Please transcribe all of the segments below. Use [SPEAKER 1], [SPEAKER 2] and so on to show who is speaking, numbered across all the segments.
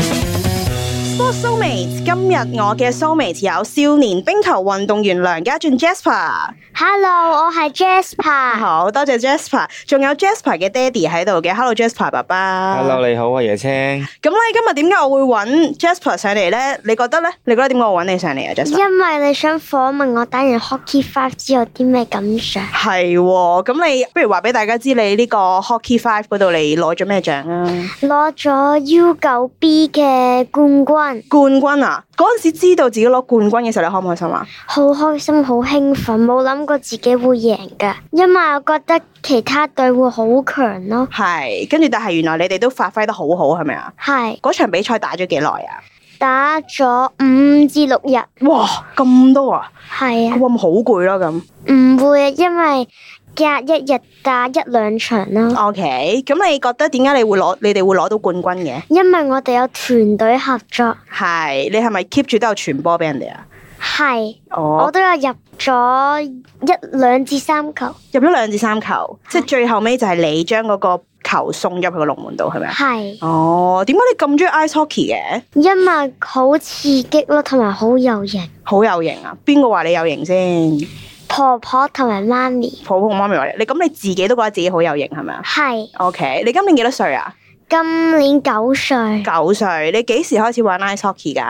[SPEAKER 1] Sport Soulmates，今日我嘅 Soulmates 有少年冰球運動員梁家俊 Jasper，
[SPEAKER 2] Hello，我係 Jasper。
[SPEAKER 1] 好多謝 Jasper，仲有 Jasper 嘅爹哋喺度嘅，Hello Jasper 爸爸。
[SPEAKER 3] Hello，你好啊，椰青。
[SPEAKER 1] 咁咧今日點解我會揾 Jasper 上嚟咧？你覺得咧？你覺得點解我揾你上嚟啊，Jasper？
[SPEAKER 2] 因為你想訪問我打完 Hockey Five 之後啲咩感想？
[SPEAKER 1] 係喎，咁你不如話俾大家知你呢個 Hockey Five 嗰度你攞咗咩獎啊？
[SPEAKER 2] 攞咗 U 九 B 嘅冠軍，
[SPEAKER 1] 冠軍啊！嗰陣時知道自己攞冠軍嘅時候，你開唔開心啊？
[SPEAKER 2] 好開心，好興奮，冇諗過自己會贏㗎。因為我覺得其他隊會好強咯。
[SPEAKER 1] 係，跟住但係原來你哋都發揮得好好，係咪啊？
[SPEAKER 2] 係
[SPEAKER 1] 嗰場比賽打咗幾耐啊？
[SPEAKER 2] 打咗五至六日，
[SPEAKER 1] 哇，咁多啊！
[SPEAKER 2] 係啊，
[SPEAKER 1] 哇，咪好攰咯咁。
[SPEAKER 2] 唔會啊，因為隔一日打一兩場咯。
[SPEAKER 1] O K，咁你覺得點解你會攞你哋會攞到冠軍嘅？
[SPEAKER 2] 因為我哋有團隊合作，
[SPEAKER 1] 係，你係咪 keep 住都有傳波俾人哋啊？
[SPEAKER 2] 係我
[SPEAKER 1] 哦，
[SPEAKER 2] 都有入咗一兩至三球。
[SPEAKER 1] 入咗兩至三球，即係最後尾就係你將嗰個球送入去個龍門度，係咪啊？
[SPEAKER 2] 係，
[SPEAKER 1] 哦，點解你咁中意 ice hockey 嘅？
[SPEAKER 2] 因為好刺激咯，同埋好有型。
[SPEAKER 1] 好有型啊！邊個話你有型先？
[SPEAKER 2] 婆婆同埋媽咪
[SPEAKER 1] 婆婆同媽咪話你，你咁你自己都覺得自己好有型係咪啊
[SPEAKER 2] 係
[SPEAKER 1] ？O K，你今年幾多歲啊？
[SPEAKER 2] 今年九歲，
[SPEAKER 1] 九歲。你幾時開始玩 ice hockey 㗎？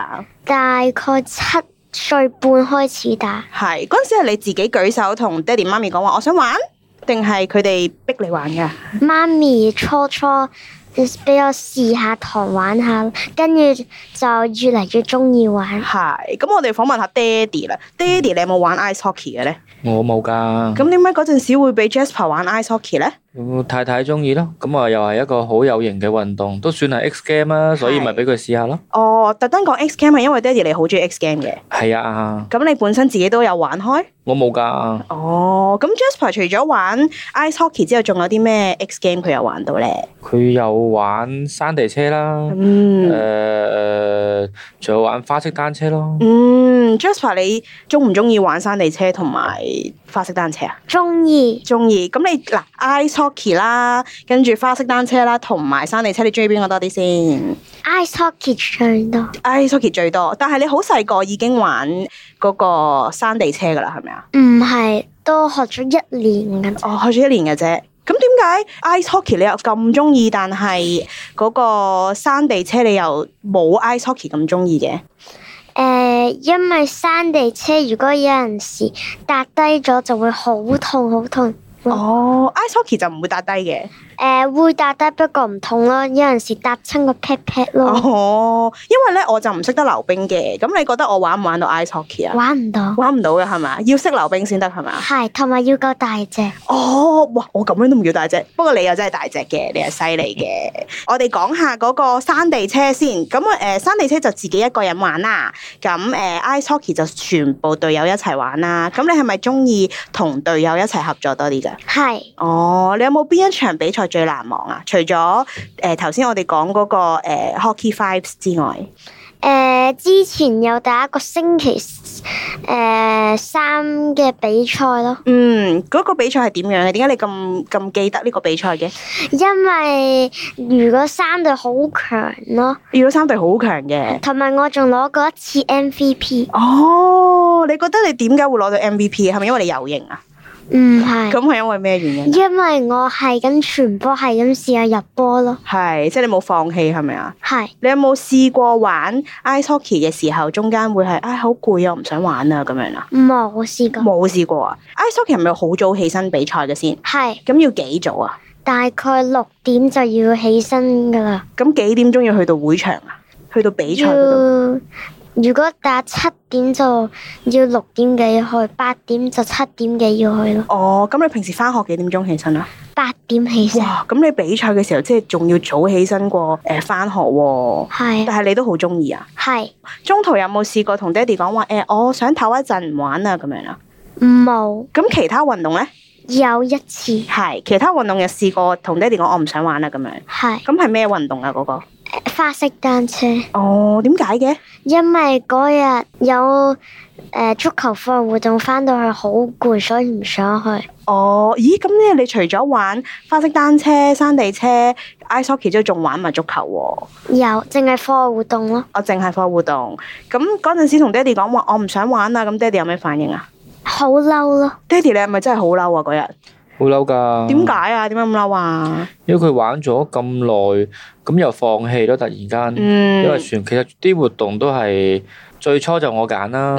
[SPEAKER 2] 大概七歲半開始打，
[SPEAKER 1] 係嗰陣時係你自己舉手同爹哋媽咪講話，我想玩，定係佢哋逼你玩㗎？
[SPEAKER 2] 媽咪初初俾我試下堂玩下，跟住就越嚟越中意玩。
[SPEAKER 1] 係，咁我哋訪問下爹哋啦。爹哋，你有冇玩 ice hockey 嘅咧？
[SPEAKER 3] 我冇噶，
[SPEAKER 1] 咁點解嗰陣時會俾 Jasper 玩 ice hockey 咧？
[SPEAKER 3] 咁太太中意咯，咁啊又係一個好有型嘅運動，都算係 X game 啦，所以咪俾佢試下咯。
[SPEAKER 1] 哦，特登講 X game 係因為爹哋你好中意 X game 嘅。
[SPEAKER 3] 係啊，
[SPEAKER 1] 咁你本身自己都有玩開？
[SPEAKER 3] 我冇噶，
[SPEAKER 1] 哦，咁 Jasper 除咗玩 ice hockey 之後，仲有啲咩 X game 佢有玩到咧？
[SPEAKER 3] 佢有玩山地車啦，誒
[SPEAKER 1] 嗯。
[SPEAKER 3] 誒，仲有玩花式單車
[SPEAKER 1] Ừ.
[SPEAKER 3] 咯。
[SPEAKER 1] 嗯，Jasper，你中唔中意玩山地車同埋花式單車啊？
[SPEAKER 2] 中意
[SPEAKER 1] 中意。咁你嗱 ice hockey 啦，跟住花式單車啦，同埋山地車，你中意邊個多啲先？
[SPEAKER 2] ice hockey 最多，
[SPEAKER 1] ice hockey 最多，但係你好細個已經玩嗰個山地車㗎啦，係咪啊？
[SPEAKER 2] 唔係都學咗一年嘅。
[SPEAKER 1] 哦，去咗一年嘅啫。咁點解 ice hockey 你又咁中意，但係嗰個山地車你又冇 ice hockey 咁中意嘅？
[SPEAKER 2] 誒、呃因為山地車如果有陣時搭低咗就會好痛好痛。嗯
[SPEAKER 1] 哦，ice hockey 就唔會打低嘅。
[SPEAKER 2] 誒、會搭低不過唔痛咯，有陣時搭親個 pat pat 咯，
[SPEAKER 1] 哦，因為咧我就唔識得溜冰嘅。咁你覺得我玩唔玩到 ice hockey 啊？
[SPEAKER 2] 玩唔到。
[SPEAKER 1] 玩唔到嘅係咪？要識溜冰先得係咪？啊
[SPEAKER 2] 係，同埋要夠大隻。
[SPEAKER 1] 哦，哇！我咁樣都唔叫大隻，不過你又真係大隻嘅，你係犀利 嘅。我哋講下嗰個山地車先，咁誒、呃山地車就自己一個人玩啦，咁誒、呃 ice hockey 就全部隊友一齊玩啦。咁你係咪中意同隊友一齊合作多啲㗎？
[SPEAKER 2] 係，
[SPEAKER 1] 哦，你有冇邊一場比賽最難忘啊？除咗誒頭先我哋講嗰個、呃、hockey fives 之外，
[SPEAKER 2] 誒、呃之前有打一個星期誒、三嘅比賽咯，
[SPEAKER 1] 嗯，嗰、個比賽係點樣嘅？點解你咁咁記得呢個比賽嘅？
[SPEAKER 2] 因為如果三隊好強咯，
[SPEAKER 1] 遇到三隊好強嘅。
[SPEAKER 2] 同埋我仲攞過一次 MVP。
[SPEAKER 1] 哦，你覺得你點解會攞到 MVP？係咪因為你有型啊？
[SPEAKER 2] 唔
[SPEAKER 1] 咁
[SPEAKER 2] 係，
[SPEAKER 1] 係因為咩原因啊？
[SPEAKER 2] 因為我係咁傳波，係咁試下入波咯。
[SPEAKER 1] 係，即係你冇放棄係咪啊？
[SPEAKER 2] 係，
[SPEAKER 1] 你有冇試過玩 ice hockey 嘅時候，中間會係唉好攰啊，唔想玩啊咁樣啊？
[SPEAKER 2] 冇試過。
[SPEAKER 1] 冇試過啊！ice hockey 係咪好早起身比賽嘅先？
[SPEAKER 2] 係
[SPEAKER 1] 咁要幾早啊？
[SPEAKER 2] 大概六點就要起身噶啦，
[SPEAKER 1] 咁幾點鐘要去到會場啊？去到比賽
[SPEAKER 2] 要
[SPEAKER 1] 嗰度，
[SPEAKER 2] 如果打七點就要六點幾去，八點就七點幾要去咯，
[SPEAKER 1] 哦，咁你平時翻學幾點鐘起身啊？
[SPEAKER 2] 八點起身，
[SPEAKER 1] 哇，咁你比賽嘅時候即係仲要早起身過誒翻、學喎、
[SPEAKER 2] 係
[SPEAKER 1] 但係你都好中意啊！
[SPEAKER 2] 係
[SPEAKER 1] 中途有冇試過同爹哋講話誒，我想唞一陣唔玩啦啊咁樣啦？
[SPEAKER 2] 冇
[SPEAKER 1] 咁其他運動呢？
[SPEAKER 2] 有一次
[SPEAKER 1] 係其他運動又試過同爹哋講我唔想玩啊啦咁樣。
[SPEAKER 2] 係
[SPEAKER 1] 咁係咩運動啊？嗰、個？
[SPEAKER 2] 花式單車，
[SPEAKER 1] 哦，點解嘅？
[SPEAKER 2] 因為嗰日有呃足球課外活動，翻到去好攰，所以唔想去。
[SPEAKER 1] 哦，咦，咁咧，你除咗玩花式單車、山地車、ice hockey 之後，仲玩埋足球喎、
[SPEAKER 2] 有淨係課外活動咯，
[SPEAKER 1] 我淨係課活動。咁嗰陣時同爹哋講話，我唔想玩啦。咁爹哋有咩反應啊？
[SPEAKER 2] 好嬲咯。
[SPEAKER 1] 爹哋你係咪真係好嬲啊？嗰日
[SPEAKER 3] 好嬲噶。
[SPEAKER 1] 點解啊？點解咁嬲啊？
[SPEAKER 3] 因為佢玩咗咁耐，咁又放棄咯，突然間。
[SPEAKER 1] 嗯，
[SPEAKER 3] 因為全其實啲活動都係最初就我揀啦，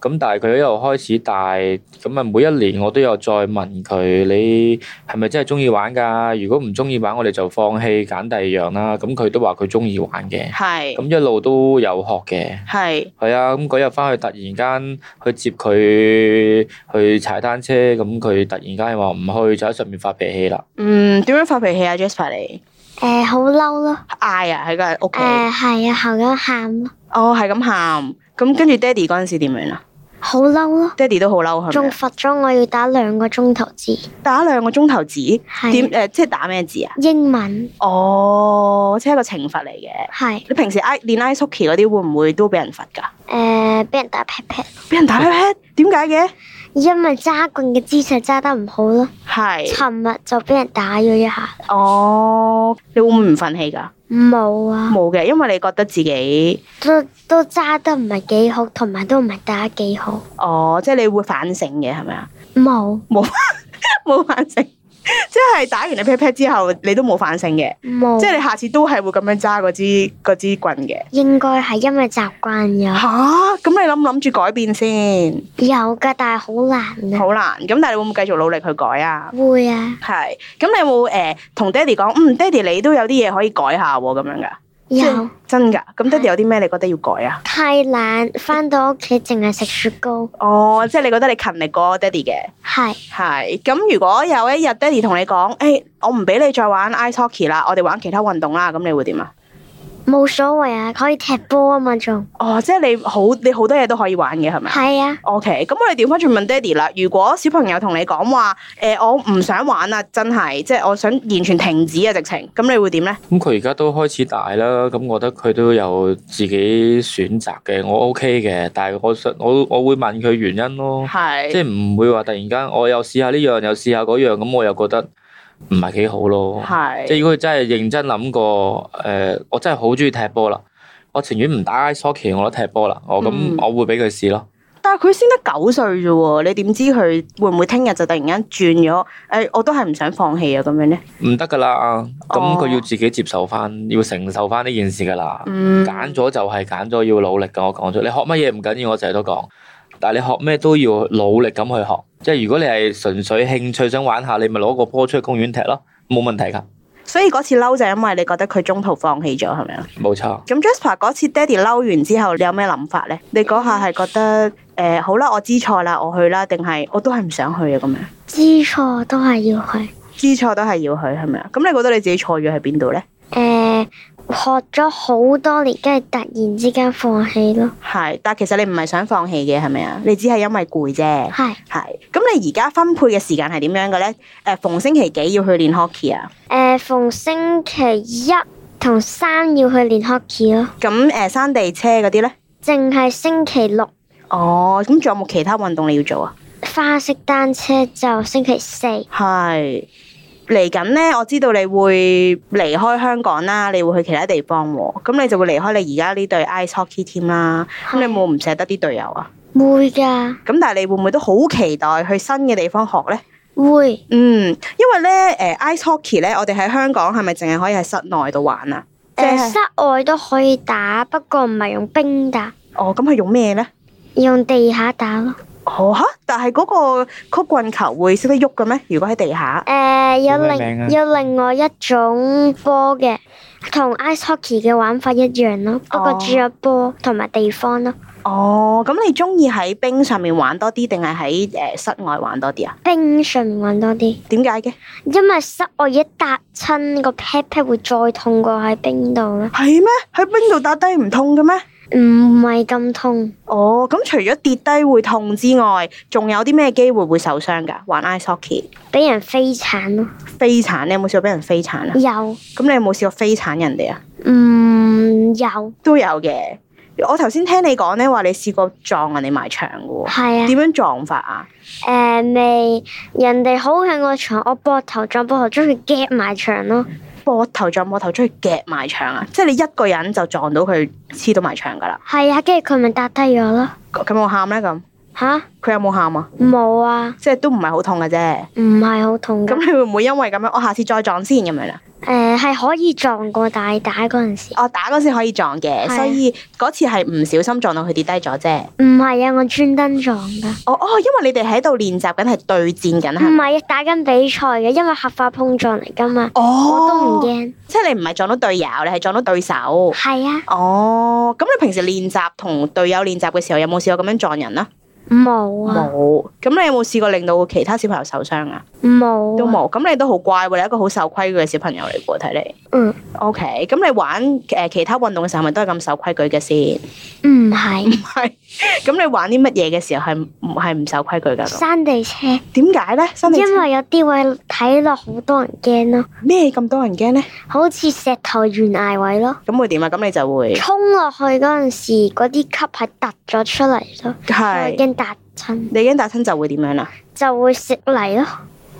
[SPEAKER 3] 咁、
[SPEAKER 1] 嗯
[SPEAKER 3] 但係佢一路開始大，咁啊每一年我都有再問佢你係咪真係中意玩㗎？如果唔中意玩，我哋就放棄揀第二樣啦。咁佢都話佢中意玩嘅，
[SPEAKER 1] 係
[SPEAKER 3] 咁一路都有學嘅。
[SPEAKER 1] 係
[SPEAKER 3] 係啊，咁嗰日翻去突然間去接佢去踩單車，咁佢突然間話唔去，就喺上面發脾氣啦。
[SPEAKER 1] 嗯，點樣發脾氣啊？Jasper 你
[SPEAKER 2] 誒好嬲咯，
[SPEAKER 1] 嗌啊喺個屋企，
[SPEAKER 2] 誒係啊，後咗喊咯，
[SPEAKER 1] 哦係咁喊，咁跟住爹哋嗰陣時點樣啊？
[SPEAKER 2] 好嬲咯，
[SPEAKER 1] 爹哋都好嬲係咪
[SPEAKER 2] 仲
[SPEAKER 1] 啊？
[SPEAKER 2] 罰咗我要打兩個鐘頭字，
[SPEAKER 1] 打兩個鐘頭字，點
[SPEAKER 2] 係
[SPEAKER 1] 誒即係打咩字啊？
[SPEAKER 2] 英文
[SPEAKER 1] 哦，即係一個懲罰嚟嘅。
[SPEAKER 2] 係
[SPEAKER 1] 你平時 I 練 ice hockey 嗰啲會唔會都俾人罰㗎？
[SPEAKER 2] 誒俾人打 pat pat，
[SPEAKER 1] 俾人打 pat 點解嘅？
[SPEAKER 2] 因為揸棍嘅姿勢揸得唔好咯，
[SPEAKER 1] 係
[SPEAKER 2] 尋日就俾人打咗一下，
[SPEAKER 1] 哦，你會唔會唔忿氣㗎？
[SPEAKER 2] 冇啊，
[SPEAKER 1] 冇嘅，因為你覺得自己
[SPEAKER 2] 都都揸得唔係幾好，同埋都唔係打得幾好，
[SPEAKER 1] 哦，即係你會反省嘅係咪啊？
[SPEAKER 2] 冇
[SPEAKER 1] 冇反省， 即係打完你 pat pat 之後，你都冇反省嘅，
[SPEAKER 2] 冇，
[SPEAKER 1] 即係你下次都係會咁樣揸嗰支嗰支棍嘅。
[SPEAKER 2] 應該係因為習慣咗，
[SPEAKER 1] 吓，咁你諗唔諗住改變先？
[SPEAKER 2] 有㗎，但係好難啊，
[SPEAKER 1] 好難，咁但係你會唔會繼續努力去改啊？
[SPEAKER 2] 會啊，
[SPEAKER 1] 係，咁你有冇誒同爹哋講？嗯，爹哋你都有啲嘢可以改下喎，咁樣噶，即
[SPEAKER 2] 有
[SPEAKER 1] 係真㗎。咁爹哋有啲咩你覺得要改啊？
[SPEAKER 2] 太懶，翻到屋企淨係食雪糕，
[SPEAKER 1] 哦，即係你覺得你勤力過爹哋嘅，
[SPEAKER 2] 係
[SPEAKER 1] 係。咁如果有一日爹哋同你講，誒、我唔俾你再玩 ice hockey 啦，我哋玩其他運動啦，咁你會點啊？
[SPEAKER 2] 冇所謂啊，可以踢波啊嘛仲。
[SPEAKER 1] 哦，即係你好，你好多嘢都可以玩嘅，係咪啊
[SPEAKER 2] 係啊，
[SPEAKER 1] ？OK，咁我哋調翻轉問爹哋啦。如果小朋友同你講話，誒、我唔想玩啦，真係，即係我想完全停止啊，直情，咁你會點呢？
[SPEAKER 3] 咁佢而家都開始大啦，咁我覺得佢都有自己選擇嘅，我 OK 嘅，但係我想我我會問佢原因咯，哦即
[SPEAKER 1] 係，
[SPEAKER 3] 係唔會話突然間我又試下呢樣又試下嗰樣，咁我又覺得唔係幾好咯。
[SPEAKER 1] 係，
[SPEAKER 3] 即係如果佢真係認真諗過，誒、我真係好中意踢波啦，我情願唔打 ice hockey 我都踢波啦，我咁、
[SPEAKER 1] 嗯
[SPEAKER 3] 我會俾佢試咯。
[SPEAKER 1] 但係佢先得九歲啫喎，你點知佢會唔會聽日就突然間轉咗？誒、我都係唔想放棄啊咁樣咧。
[SPEAKER 3] 唔得噶啦，咁
[SPEAKER 1] 哦
[SPEAKER 3] 佢要自己接受翻，要承受翻呢件事噶啦。
[SPEAKER 1] 嗯，
[SPEAKER 3] 啊揀咗就係揀咗，要努力噶。我講咗，你學乜嘢唔緊要，我成日都講。但係你學咩都要努力咁去學。即係如果你係純粹興趣想玩下，你咪攞個波出去公園踢咯，冇問題噶。
[SPEAKER 1] 所以嗰次嬲就係因為你覺得佢中途放棄咗係咪啊？
[SPEAKER 3] 冇錯，
[SPEAKER 1] 咁 Jasper 嗰次爹哋嬲完之後，你有咩諗法咧？你嗰下係覺得誒、好啦，我知錯啦，我去啦，定係我都係唔想去啊咁樣？
[SPEAKER 2] 知錯都係要去。
[SPEAKER 1] 知錯都係要去係咪啊？咁你覺得你自己錯咗喺邊度咧？
[SPEAKER 2] 誒、學咗好多年，跟住突然之間放棄咯。
[SPEAKER 1] 係，但其實你唔係想放棄嘅係咪啊？你只係因為攰啫。
[SPEAKER 2] 係誒、
[SPEAKER 1] 係，咁你而家分配嘅時間係點樣嘅咧？誒、逢星期幾要去練 hockey 啊？
[SPEAKER 2] 逢星期一同三要去練 hockey 咯，
[SPEAKER 1] 咁誒、呃山地車嗰啲咧？
[SPEAKER 2] 淨係星期六
[SPEAKER 1] 哦，咁仲有冇其他運動你要做啊？
[SPEAKER 2] 花式單車就星期四。
[SPEAKER 1] 係嚟緊呢，我知道你會離開香港啦，你會去其他地方喎。咁你就會離開你而家呢隊 ice hockey team 啦。咁你有冇唔捨得啲隊友啊？
[SPEAKER 2] 會㗎，
[SPEAKER 1] 咁但係你會唔會都好期待去新嘅地方學呢？
[SPEAKER 2] 會
[SPEAKER 1] 嗯，因為呢，誒、ice hockey 呢，我哋喺香港係咪淨係可以喺室內度玩啊？
[SPEAKER 2] 誒、
[SPEAKER 1] 即係
[SPEAKER 2] 室外都可以打，不過唔係用冰打，
[SPEAKER 1] 哦，咁係用咩呢？
[SPEAKER 2] 用地下打咯。
[SPEAKER 1] 哦吓，但係嗰個曲棍球會識得喐嘅咩？如果喺地下，
[SPEAKER 2] 誒、有
[SPEAKER 3] 叫咩名啊
[SPEAKER 2] 另有另外一種波嘅，同 ice hockey 嘅玩法一樣咯，不過
[SPEAKER 1] 哦
[SPEAKER 2] 只有波同埋地方咯。
[SPEAKER 1] 哦，咁你中意喺冰上面玩多啲，定係喺诶室外玩多啲啊？
[SPEAKER 2] 冰上面玩多啲，
[SPEAKER 1] 點解嘅？
[SPEAKER 2] 因為室外一搭親個 pat pat 會再痛過喺冰度咯，
[SPEAKER 1] 係咩？喺冰度打低唔痛嘅咩？
[SPEAKER 2] 唔係咁痛。
[SPEAKER 1] 哦，咁除咗跌低會痛之外，仲有啲咩機會會受傷㗎？玩 ice hockey
[SPEAKER 2] 俾人飛鏟咯，
[SPEAKER 1] 飛鏟，你有冇試過俾人飛鏟啊？
[SPEAKER 2] 有，
[SPEAKER 1] 咁你有冇試過飛鏟人哋啊？
[SPEAKER 2] 嗯，有，
[SPEAKER 1] 都有嘅。我頭先聽你講咧，話你試過撞人哋埋牆嘅喎，
[SPEAKER 2] 係啊，
[SPEAKER 1] 點樣撞法啊？
[SPEAKER 2] 誒、未，人哋好近我牆，我膊頭撞膊頭，將佢夾埋牆咯，
[SPEAKER 1] 膊頭撞膊頭，將佢夾埋牆啊！即係你一個人就撞到佢黐到埋牆㗎啦。
[SPEAKER 2] 係啊，跟住佢咪搭低咗咯，
[SPEAKER 1] 佢有冇喊咧？咁
[SPEAKER 2] 吓？
[SPEAKER 1] 佢有冇喊啊？
[SPEAKER 2] 冇啊，
[SPEAKER 1] 即係都唔係好痛嘅啫。
[SPEAKER 2] 唔係好痛
[SPEAKER 1] 咁
[SPEAKER 2] 㗎。
[SPEAKER 1] 你會唔會因為咁樣，我下次再撞先咁樣啦？
[SPEAKER 2] 誒係、可以撞過大打嗰陣時，
[SPEAKER 1] 我打嗰時可以撞嘅，
[SPEAKER 2] 係啊
[SPEAKER 1] 所以嗰次係唔小心撞到佢跌低咗啫。
[SPEAKER 2] 唔係啊，我專登撞㗎，
[SPEAKER 1] 哦哦，因為你哋喺度練習緊係對戰緊
[SPEAKER 2] 唔
[SPEAKER 1] 係咪？
[SPEAKER 2] 係啊，打緊比賽嘅，因為合法碰撞嚟㗎嘛，我都唔
[SPEAKER 1] 哦，
[SPEAKER 2] 驚。
[SPEAKER 1] 即係你唔係撞到隊友，你係撞到對手。
[SPEAKER 2] 係啊，
[SPEAKER 1] 哦，咁你平時練習同隊友練習嘅時候，有冇試過咁樣撞人啊？
[SPEAKER 2] 冇啊，
[SPEAKER 1] 冇。咁你有冇試過令到其他小朋友受傷啊？
[SPEAKER 2] 冇啊
[SPEAKER 1] 都，冇。咁你都好乖喎，你係一個好守規矩嘅小朋友嚟喎，睇嚟。
[SPEAKER 2] 嗯，
[SPEAKER 1] OK，咁你玩誒、呃其他運動嘅時候，係咪都係咁守規矩嘅先？
[SPEAKER 2] 唔係
[SPEAKER 1] 係。咁你玩啲乜嘢嘅時候係唔係唔守規矩㗎？咁
[SPEAKER 2] 山地車，
[SPEAKER 1] 點解咧？身體
[SPEAKER 2] 因為有啲位睇落好多人驚咯，
[SPEAKER 1] 咩咁多人驚咧？
[SPEAKER 2] 好似石頭懸崖位咯。
[SPEAKER 1] 咁會點啊？咁你就會
[SPEAKER 2] 衝落去嗰陣時，嗰啲級係突咗出嚟咯，我已
[SPEAKER 1] 係
[SPEAKER 2] 經搭親，
[SPEAKER 1] 你驚打親就會點樣啦？啊
[SPEAKER 2] 就會食泥咯。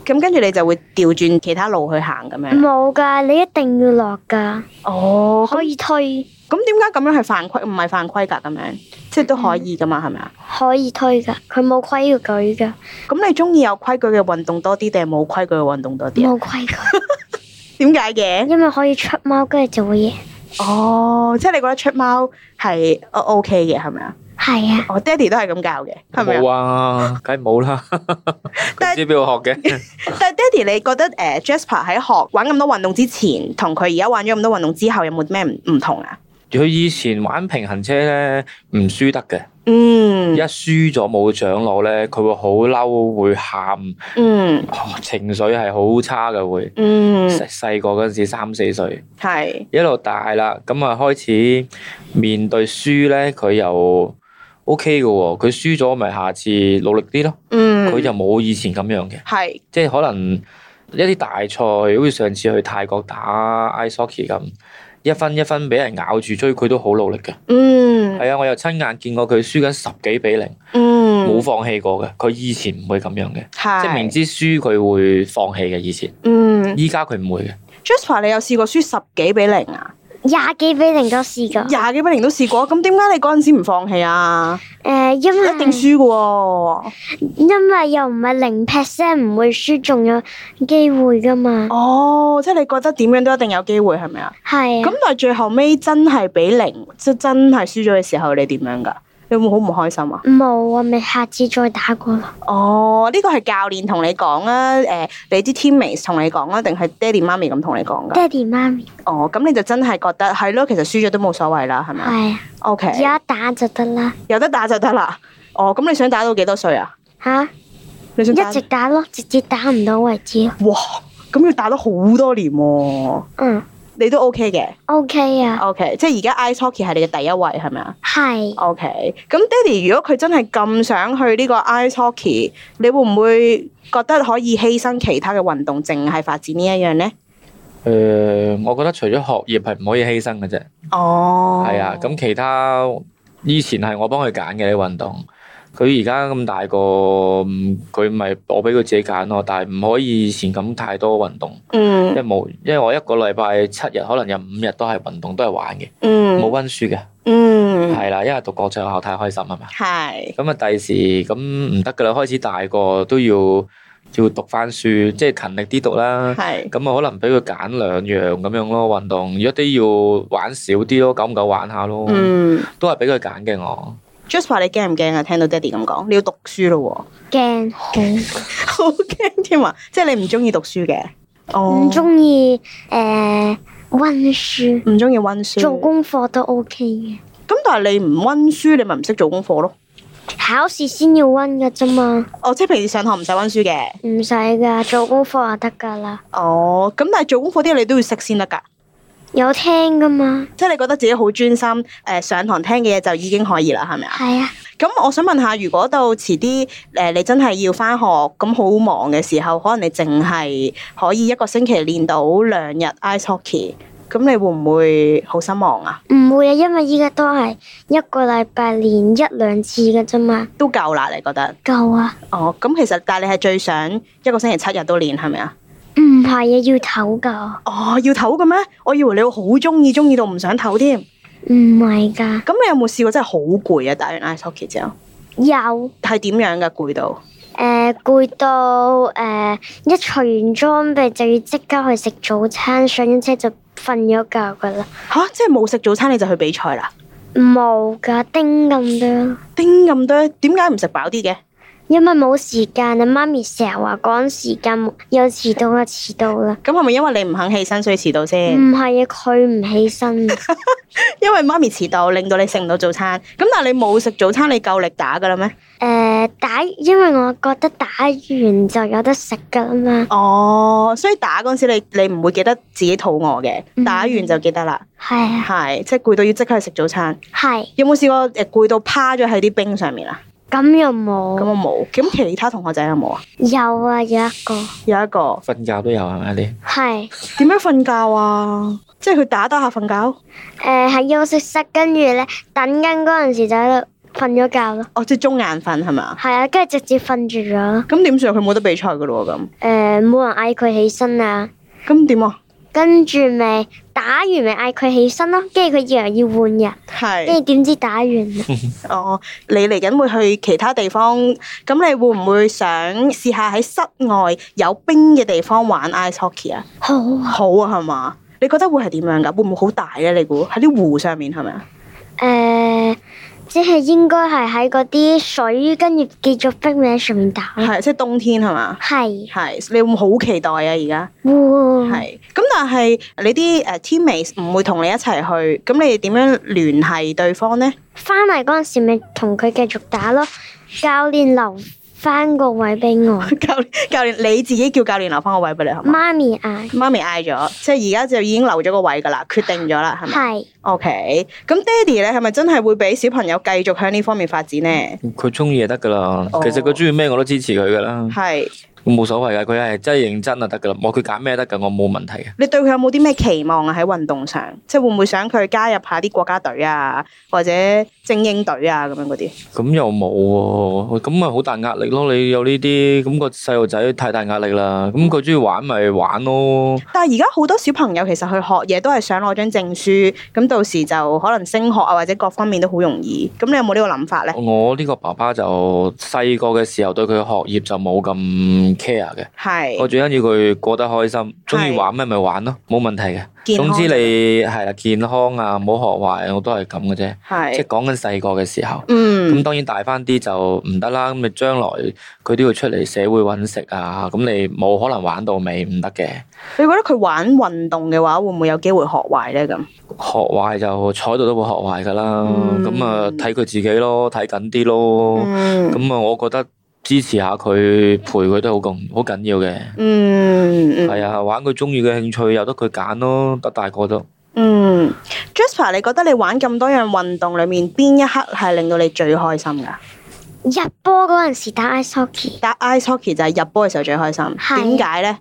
[SPEAKER 1] 咁跟住你就會調轉其他路去行咁樣啦。
[SPEAKER 2] 冇噶，你一定要落噶，
[SPEAKER 1] 哦，
[SPEAKER 2] 可以推，
[SPEAKER 1] 咁點解咁樣係犯規？唔係犯規㗎咁樣，即係都可以㗎嘛，係咪啊？
[SPEAKER 2] 可以推噶，佢冇規矩噶，
[SPEAKER 1] 咁你中意有規矩嘅運動多啲，定係冇規矩嘅運動多啲啊？
[SPEAKER 2] 冇規矩，
[SPEAKER 1] 點解嘅？
[SPEAKER 2] 因為可以出貓，跟住就會贏。
[SPEAKER 1] 哦，即係你覺得出貓係 O O K 嘅係咪啊？
[SPEAKER 2] 係啊，
[SPEAKER 1] 我爹哋都係咁教嘅，係咪啊？
[SPEAKER 3] 冇啊，梗係冇啦， 佢
[SPEAKER 1] 但
[SPEAKER 3] 唔知邊度學嘅。
[SPEAKER 1] 但係爹哋，你覺得誒、呃 Jasper 喺學玩咁多運動之前，同佢而家玩咗咁多運動之後，有冇咩唔唔同啊？
[SPEAKER 3] 佢以前玩平衡車咧，唔輸得嘅，
[SPEAKER 1] 嗯
[SPEAKER 3] 一輸咗冇獎攞咧，佢會好嬲，會喊，
[SPEAKER 1] 嗯
[SPEAKER 3] 哦情緒係好差嘅會。
[SPEAKER 1] 嗯，
[SPEAKER 3] 細細個嗰陣時三四歲，
[SPEAKER 1] 係
[SPEAKER 3] 一路大啦，咁啊開始面對輸咧，佢又 O K 嘅喎，佢輸咗咪下次努力啲咯，
[SPEAKER 1] 嗯，
[SPEAKER 3] 佢就冇以前咁樣嘅。
[SPEAKER 1] 係
[SPEAKER 3] 即係可能一啲大賽，好似上次去泰國打 ice hockey 咁，一分一分俾人咬住追，佢都好努力嘅。
[SPEAKER 1] 嗯
[SPEAKER 3] 係啊，我又親眼見過佢輸緊十幾比零，
[SPEAKER 1] 嗯
[SPEAKER 3] 冇放棄過嘅。佢以前唔會咁樣嘅，
[SPEAKER 1] 係
[SPEAKER 3] 即係明知輸佢會放棄嘅。以前，
[SPEAKER 1] 嗯
[SPEAKER 3] 依家佢唔會嘅。
[SPEAKER 1] Jasper，你有試過輸十幾比零啊？
[SPEAKER 2] 廿幾比零都試噶，誒、
[SPEAKER 1] 廿幾比零都試過，咁點解你嗰陣時唔放棄啊？
[SPEAKER 2] 因為
[SPEAKER 1] 一定輸嘅喎。
[SPEAKER 2] 因為又唔係零 percent 唔會輸，仲有機會噶嘛。
[SPEAKER 1] 哦，即係你覺得點樣都一定有機會係咪啊？
[SPEAKER 2] 係
[SPEAKER 1] 咁
[SPEAKER 2] 啊，
[SPEAKER 1] 但係最後尾真係比零，即係真係輸咗嘅時候，你點樣㗎？你會唔會好唔開心啊？
[SPEAKER 2] 冇啊，咪下次再打過咯。
[SPEAKER 1] 哦，呢個係教練同你講啊，誒、你啲 teammates 同你講啊，定係爹哋媽咪咁同你講㗎？
[SPEAKER 2] 爹哋媽咪，
[SPEAKER 1] 哦，咁你就真係覺得係咯，其實輸咗都冇所謂啦，係咪啊
[SPEAKER 2] 係啊。
[SPEAKER 1] ？OK，
[SPEAKER 2] 而家打就得啦，
[SPEAKER 1] 有得打就得啦。哦，咁你想打到幾多歲啊？
[SPEAKER 2] 吓、
[SPEAKER 1] 你想打
[SPEAKER 2] 一直打咯，直接打唔到為止。
[SPEAKER 1] 哇，咁要打咗好多年喎、
[SPEAKER 2] 嗯
[SPEAKER 1] 你都 OK 嘅
[SPEAKER 2] ，OK 啊，
[SPEAKER 1] ，OK，即係而家 ice hockey 係你嘅第一位係咪啊
[SPEAKER 2] 係
[SPEAKER 1] ？OK，咁爹哋如果佢真係咁想去呢個 ice hockey，你會唔會覺得可以犧牲其他嘅運動，淨係發展呢一樣呢？
[SPEAKER 3] 誒、我覺得除咗學業係唔可以犧牲嘅啫。
[SPEAKER 1] 哦，
[SPEAKER 3] 係啊，咁其他以前係我幫佢揀嘅啲運動，佢而家咁大個，嗯佢咪我俾佢自己揀咯。但係唔可以以前咁太多運動，因
[SPEAKER 1] 嗯
[SPEAKER 3] 為冇，因為我一個禮拜七日，可能有五日都係運動，都係玩嘅，冇
[SPEAKER 1] 嗯
[SPEAKER 3] 温書嘅。
[SPEAKER 1] 嗯，
[SPEAKER 3] 係啦，因為讀國際學校太開心係嘛，
[SPEAKER 1] 係
[SPEAKER 3] 咁啊第時咁唔得噶啦，開始大個都要要讀翻書，即係勤力啲讀啦。
[SPEAKER 1] 係
[SPEAKER 3] 咁啊，可能俾佢揀兩樣咁樣咯，運動如果都要玩少啲咯，久唔久玩下咯，
[SPEAKER 1] 嗯
[SPEAKER 3] 都係俾佢揀嘅我。
[SPEAKER 1] Jasper，你驚唔驚啊？聽到爹哋咁講，你要讀書咯
[SPEAKER 2] 驚驚。
[SPEAKER 1] 喎， 好驚添啊！即係你唔中意讀書嘅，哦
[SPEAKER 2] 唔，中意誒温書，
[SPEAKER 1] 唔中意温書。
[SPEAKER 2] 做功課都 OK 嘅。
[SPEAKER 1] 咁但係你唔温書，你咪唔識做功課咯。
[SPEAKER 2] 考試先要温嘅啫嘛，
[SPEAKER 1] 哦，即係平時上堂唔使温書嘅。
[SPEAKER 2] 唔使㗎，做功課就得㗎啦。
[SPEAKER 1] 哦，咁但係做功課啲嘢你都要識先得㗎，
[SPEAKER 2] 有聽㗎嘛？
[SPEAKER 1] 即係你覺得自己好專心，誒、上堂聽嘅嘢就已經可以啦，係咪啊？
[SPEAKER 2] 係啊，
[SPEAKER 1] 咁我想問下，如果到遲啲誒、你真係要翻學，咁好忙嘅時候，可能你淨係可以一個星期練到兩日 ice hockey，咁你會唔會好失望啊？
[SPEAKER 2] 唔會啊，因為依家都係一個禮拜練一兩次嘅啫嘛，
[SPEAKER 1] 都夠啦，你覺得？
[SPEAKER 2] 夠啊。
[SPEAKER 1] 哦，咁其實但係你係最想一個星期七日都練係咪啊？
[SPEAKER 2] 唔係啊，要唞㗎，
[SPEAKER 1] 哦，要唞嘅咩？我以為你會好中意，中意到唔想唞添。
[SPEAKER 2] 唔係㗎，
[SPEAKER 1] 咁你有冇試過真係好攰啊？打完 ice hockey 之後
[SPEAKER 2] 有
[SPEAKER 1] 係點樣嘅攰到？
[SPEAKER 2] 誒攰、到誒、呃一除完裝備就要即刻去食早餐，上咗車就瞓咗覺㗎啦，
[SPEAKER 1] 吓、即係冇食早餐你就去比賽啦？
[SPEAKER 2] 冇㗎，叮咁多。
[SPEAKER 1] 叮咁多，點解唔食飽啲嘅？
[SPEAKER 2] 因為冇時間啊，媽咪成日話趕時間，又遲到啊，遲到啦。
[SPEAKER 1] 咁係咪因為你唔肯起身所以遲到
[SPEAKER 2] 唔
[SPEAKER 1] 先？
[SPEAKER 2] 係啊，佢唔起身，
[SPEAKER 1] 因為媽咪遲到，令到你食唔到早餐。咁但係你冇食早餐，你夠力打㗎啦咩？
[SPEAKER 2] 诶、呃打，因為我覺得打完就有得食噶啦嘛，
[SPEAKER 1] 哦，所以打嗰陣時你你唔會記得自己肚餓嘅，
[SPEAKER 2] 嗯
[SPEAKER 1] 打完就記得啦。
[SPEAKER 2] 係啊，
[SPEAKER 1] 係、即係攰到要即刻去食早餐。
[SPEAKER 2] 係，
[SPEAKER 1] 有冇試過誒攰到趴咗喺啲冰上面啊？
[SPEAKER 2] 咁又
[SPEAKER 1] 咁
[SPEAKER 2] 冇，
[SPEAKER 1] 我冇。咁其他同學仔有冇啊？
[SPEAKER 2] 有啊，有一個
[SPEAKER 1] 有一個
[SPEAKER 3] 瞓覺都有係咪你？
[SPEAKER 2] 係
[SPEAKER 1] 點樣瞓覺啊？即係佢打打下瞓覺。
[SPEAKER 2] 诶呃喺休息室，跟住咧等緊嗰陣時就喺度瞓咗覺咯，
[SPEAKER 1] 哦，即係中眼瞓係咪啊？
[SPEAKER 2] 係啊，跟住直接瞓住咗，
[SPEAKER 1] 咁點算啊？佢冇得比賽㗎咯喎咁。
[SPEAKER 2] 诶、冇人嗌佢起身啊，
[SPEAKER 1] 咁點啊？
[SPEAKER 2] 跟住咪打完咪嗌佢起身咯，跟住佢以為要換人。跟
[SPEAKER 1] 係
[SPEAKER 2] 住點知打完啊
[SPEAKER 1] 哦，你嚟緊會去其他地方，咁你會唔會想試下喺室外有冰嘅地方玩 ice hockey 啊？
[SPEAKER 2] 好啊
[SPEAKER 1] 好啊，係嘛？你覺得會係點樣㗎？會唔會好大咧？你估喺啲湖上面係咪啊？
[SPEAKER 2] 誒、即係應該係喺嗰啲水跟住結咗冰喺上面打咯。
[SPEAKER 1] 係即係冬天係嘛？
[SPEAKER 2] 係，
[SPEAKER 1] 係，你會唔會好期待啊？而家
[SPEAKER 2] 哇！
[SPEAKER 1] 係咁，但係你啲誒 teammates 唔會同你一齊去，咁你哋點樣聯繫對方呢？
[SPEAKER 2] 翻嚟嗰陣時咪同佢繼續打咯，教練留翻個位俾我，
[SPEAKER 1] 教教練你自己叫教練留翻個位俾你係嘛？
[SPEAKER 2] 媽咪嗌，
[SPEAKER 1] 媽咪嗌咗，即係而家就已經留咗個位㗎啦，決定咗啦，係咪
[SPEAKER 2] 係
[SPEAKER 1] ？OK，咁爹哋咧係咪真係會俾小朋友繼續向呢方面發展呢？
[SPEAKER 3] 佢中意就得噶啦。
[SPEAKER 1] 哦
[SPEAKER 3] 其實佢中意咩我都支持佢噶啦，
[SPEAKER 1] 係，
[SPEAKER 3] 冇所謂噶。佢係真係認真就得噶啦。我佢揀咩得噶，我冇問題嘅。
[SPEAKER 1] 你對佢有冇啲咩期望啊？喺運動上，即係會唔會想佢加入下啲國家隊啊，或者精英隊啊咁樣嗰啲？
[SPEAKER 3] 咁又冇喎，咁咪好大壓力咯。你有呢啲，咁個細路仔太大壓力啦。
[SPEAKER 1] 嗯
[SPEAKER 3] 咁佢中意玩咪玩咯。
[SPEAKER 1] 但係而家好多小朋友其實去學嘢都係想攞張證書，咁到時就可能升學啊或者各方面都好容易。咁你有冇呢個諗法呢？
[SPEAKER 3] 我呢個爸爸就細個嘅時候對佢學業就冇咁 care 嘅。我
[SPEAKER 1] 係
[SPEAKER 3] 最緊要佢過得開心，中意玩咩咪玩咯，冇問題嘅。
[SPEAKER 1] 健康
[SPEAKER 3] 總之你係啦，健康啊，唔好學壞，我都係咁嘅啫。即係
[SPEAKER 1] 係
[SPEAKER 3] 講緊細個嘅時候。
[SPEAKER 1] 嗯
[SPEAKER 3] 咁當然大翻啲就唔得啦，咁你將來佢都要出嚟社會揾食啊，咁你冇可能玩到尾唔得嘅，
[SPEAKER 1] 你覺得佢玩運動嘅話，會唔會有機會學壞呢？咁
[SPEAKER 3] 學壞就坐喺度都會學壞噶啦，
[SPEAKER 1] 嗯
[SPEAKER 3] 咁啊睇佢自己咯，睇緊啲咯，
[SPEAKER 1] 嗯
[SPEAKER 3] 咁啊我覺得支持下佢，陪佢都好緊好緊要嘅，
[SPEAKER 1] 嗯
[SPEAKER 3] 係啊，玩佢中意嘅興趣由得佢揀咯，得大個都。
[SPEAKER 1] 嗯，Jasper，你覺得你玩咁多樣運動裏面，邊一刻係令到你最開心㗎？
[SPEAKER 2] 入波嗰陣時打 ice hockey，
[SPEAKER 1] 打 ice hockey 就係入波嘅時候最開心，
[SPEAKER 2] 係
[SPEAKER 1] 點解呢？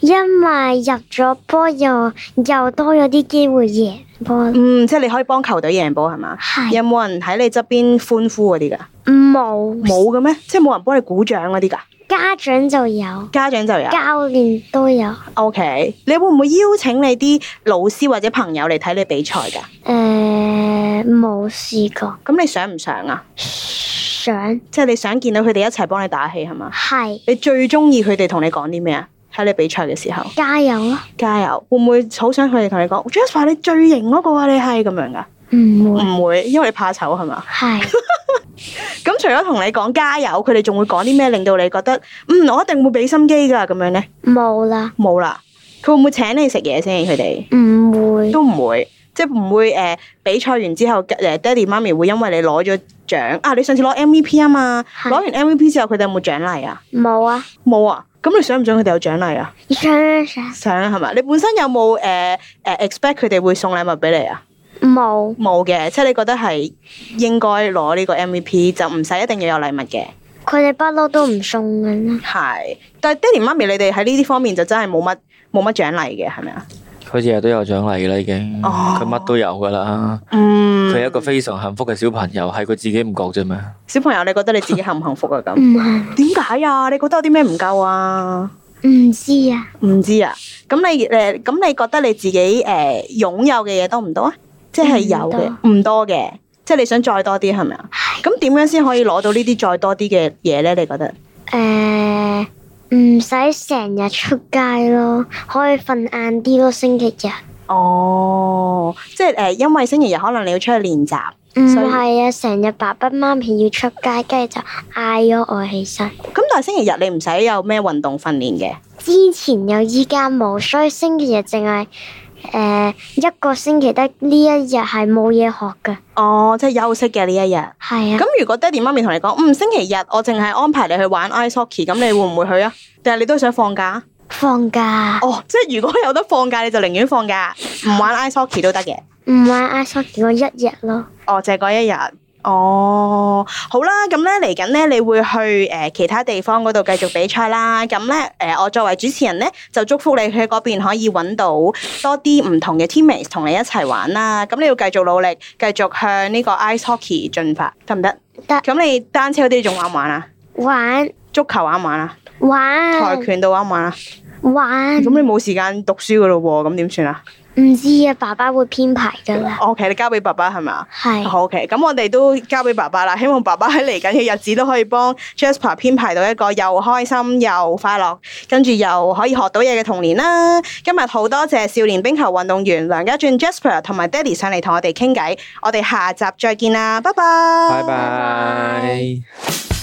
[SPEAKER 2] 因為入咗波又又多咗啲機會贏波咯，
[SPEAKER 1] 嗯，即係你可以幫球隊贏波係嘛？
[SPEAKER 2] 係
[SPEAKER 1] 有冇人喺你側邊歡呼嗰啲㗎？
[SPEAKER 2] 冇
[SPEAKER 1] 冇嘅咩？即係冇人幫你鼓掌嗰啲㗎？
[SPEAKER 2] 家長就有，
[SPEAKER 1] 家長就有。
[SPEAKER 2] 教練都有。
[SPEAKER 1] OK，你會唔會邀請你啲老師或者朋友嚟睇你比賽㗎？
[SPEAKER 2] 诶，呃冇試過，
[SPEAKER 1] 咁你想唔想啊？
[SPEAKER 2] 想
[SPEAKER 1] 即係你想見到佢哋一齊幫你打氣係嘛？
[SPEAKER 2] 係
[SPEAKER 1] 你最中意佢哋同你講啲咩啊？喺你比賽嘅時候，
[SPEAKER 2] 加油啊啦，
[SPEAKER 1] 加油！會唔會好想佢哋同你講 Jasper 你最型嗰個啊？你係咁樣噶？
[SPEAKER 2] 唔會
[SPEAKER 1] 唔會，因為你怕醜係嘛？
[SPEAKER 2] 係
[SPEAKER 1] 咁除咗同你講加油，佢哋仲會講啲咩令到你覺得嗯我一定會俾心機㗎咁樣呢？
[SPEAKER 2] 冇啦，
[SPEAKER 1] 冇啦，佢會唔會請你食嘢先？佢哋
[SPEAKER 2] 唔會，
[SPEAKER 1] 都唔會，即係唔會誒、呃比賽完之後誒、呃爹哋媽咪會因為你攞咗獎啊，你上次攞 MVP 啊嘛，
[SPEAKER 2] 係
[SPEAKER 1] 攞完 MVP 之後佢哋有冇獎勵啊？
[SPEAKER 2] 冇啊，
[SPEAKER 1] 冇啊，咁你想唔想佢哋有獎勵啊？
[SPEAKER 2] 一張相
[SPEAKER 1] 想啊，係咪？你本身有冇誒誒 expect 佢哋會送禮物俾你啊？
[SPEAKER 2] 冇，
[SPEAKER 1] 冇嘅，即係你覺得係應該攞呢個 MVP，就唔使一定要有禮物嘅。
[SPEAKER 2] 佢哋不嬲都唔送嘅啦，
[SPEAKER 1] 係，但係爹哋媽咪你哋喺呢啲方面就真係冇乜冇乜獎勵嘅，係咪啊？
[SPEAKER 3] 佢日日都有獎勵啦，已經，
[SPEAKER 1] 哦
[SPEAKER 3] 佢乜都有噶啦。
[SPEAKER 1] 嗯
[SPEAKER 3] 佢係一個非常幸福嘅小朋友，係佢自己唔覺啫嘛。
[SPEAKER 1] 小朋友，你覺得你自己幸唔幸福啊？
[SPEAKER 2] 唔
[SPEAKER 1] 咁
[SPEAKER 2] 係，
[SPEAKER 1] 點解啊？你覺得有啲咩唔夠啊？
[SPEAKER 2] 唔知啊，
[SPEAKER 1] 唔知啊？咁你誒咁你覺得你自己誒、呃、擁有嘅嘢多唔多啊？即係有嘅唔多嘅，即係你想再多啲係咪啊？咁點樣先可以攞到呢啲再多啲嘅嘢咧？你覺得？
[SPEAKER 2] 誒，呃唔使成日出街咯，可以瞓晏啲咯，星期日。
[SPEAKER 1] 哦，即係誒、呃因為星期日可能你要出去練習。
[SPEAKER 2] 唔
[SPEAKER 1] 所以
[SPEAKER 2] 係啊，成日爸爸媽咪要出街，跟住就嗌咗我起身。
[SPEAKER 1] 咁但係星期日你唔使有咩運動訓練嘅，
[SPEAKER 2] 之前有，依家冇，所以星期日淨係誒呃一個星期得呢一日係冇嘢學嘅。
[SPEAKER 1] 哦，即係休息嘅呢一日。
[SPEAKER 2] 係啊，
[SPEAKER 1] 咁如果爹哋媽咪同你講，嗯，星期日我淨係安排你去玩 ice hockey，咁你會唔會去啊？定係你都想放假？
[SPEAKER 2] 放假
[SPEAKER 1] 哦，即係如果有得放假，你就寧願放假，唔玩 ice hockey 都得嘅。
[SPEAKER 2] 唔玩 ice hockey 嗰一日咯。
[SPEAKER 1] 哦，就係嗰一日。哦，好啦，咁咧嚟緊咧，你會去誒、呃其他地方嗰度繼續比賽啦。咁咧誒，我作為主持人咧，就祝福你去嗰邊可以揾到多啲唔同嘅 teammates 同你一齊玩啦。咁你要繼續努力，繼續向呢個 ice hockey 進發，得唔得？
[SPEAKER 2] 得
[SPEAKER 1] 咁你單車嗰啲仲玩唔玩啊？
[SPEAKER 2] 玩
[SPEAKER 1] 足球玩唔玩啊？跆
[SPEAKER 2] 玩
[SPEAKER 1] 拳道玩唔玩啊？
[SPEAKER 2] 玩嗯
[SPEAKER 1] 咁，你冇時間讀書噶咯喎，咁點算啊哦
[SPEAKER 2] 唔知啊，爸爸會編排噶啦。
[SPEAKER 1] ？OK，你交俾爸爸係咪啊？
[SPEAKER 2] 係，
[SPEAKER 1] 好嘅，咁我哋都交俾爸爸啦。希望爸爸喺嚟緊嘅日子都可以幫 Jasper 編排到一個又開心又快樂，跟住又可以學到嘢嘅童年啦。今日好多謝少年冰球運動員梁家俊 Jasper 同埋 Daddy 上嚟同我哋傾偈，我哋下集再見啦，拜拜，
[SPEAKER 3] 拜拜。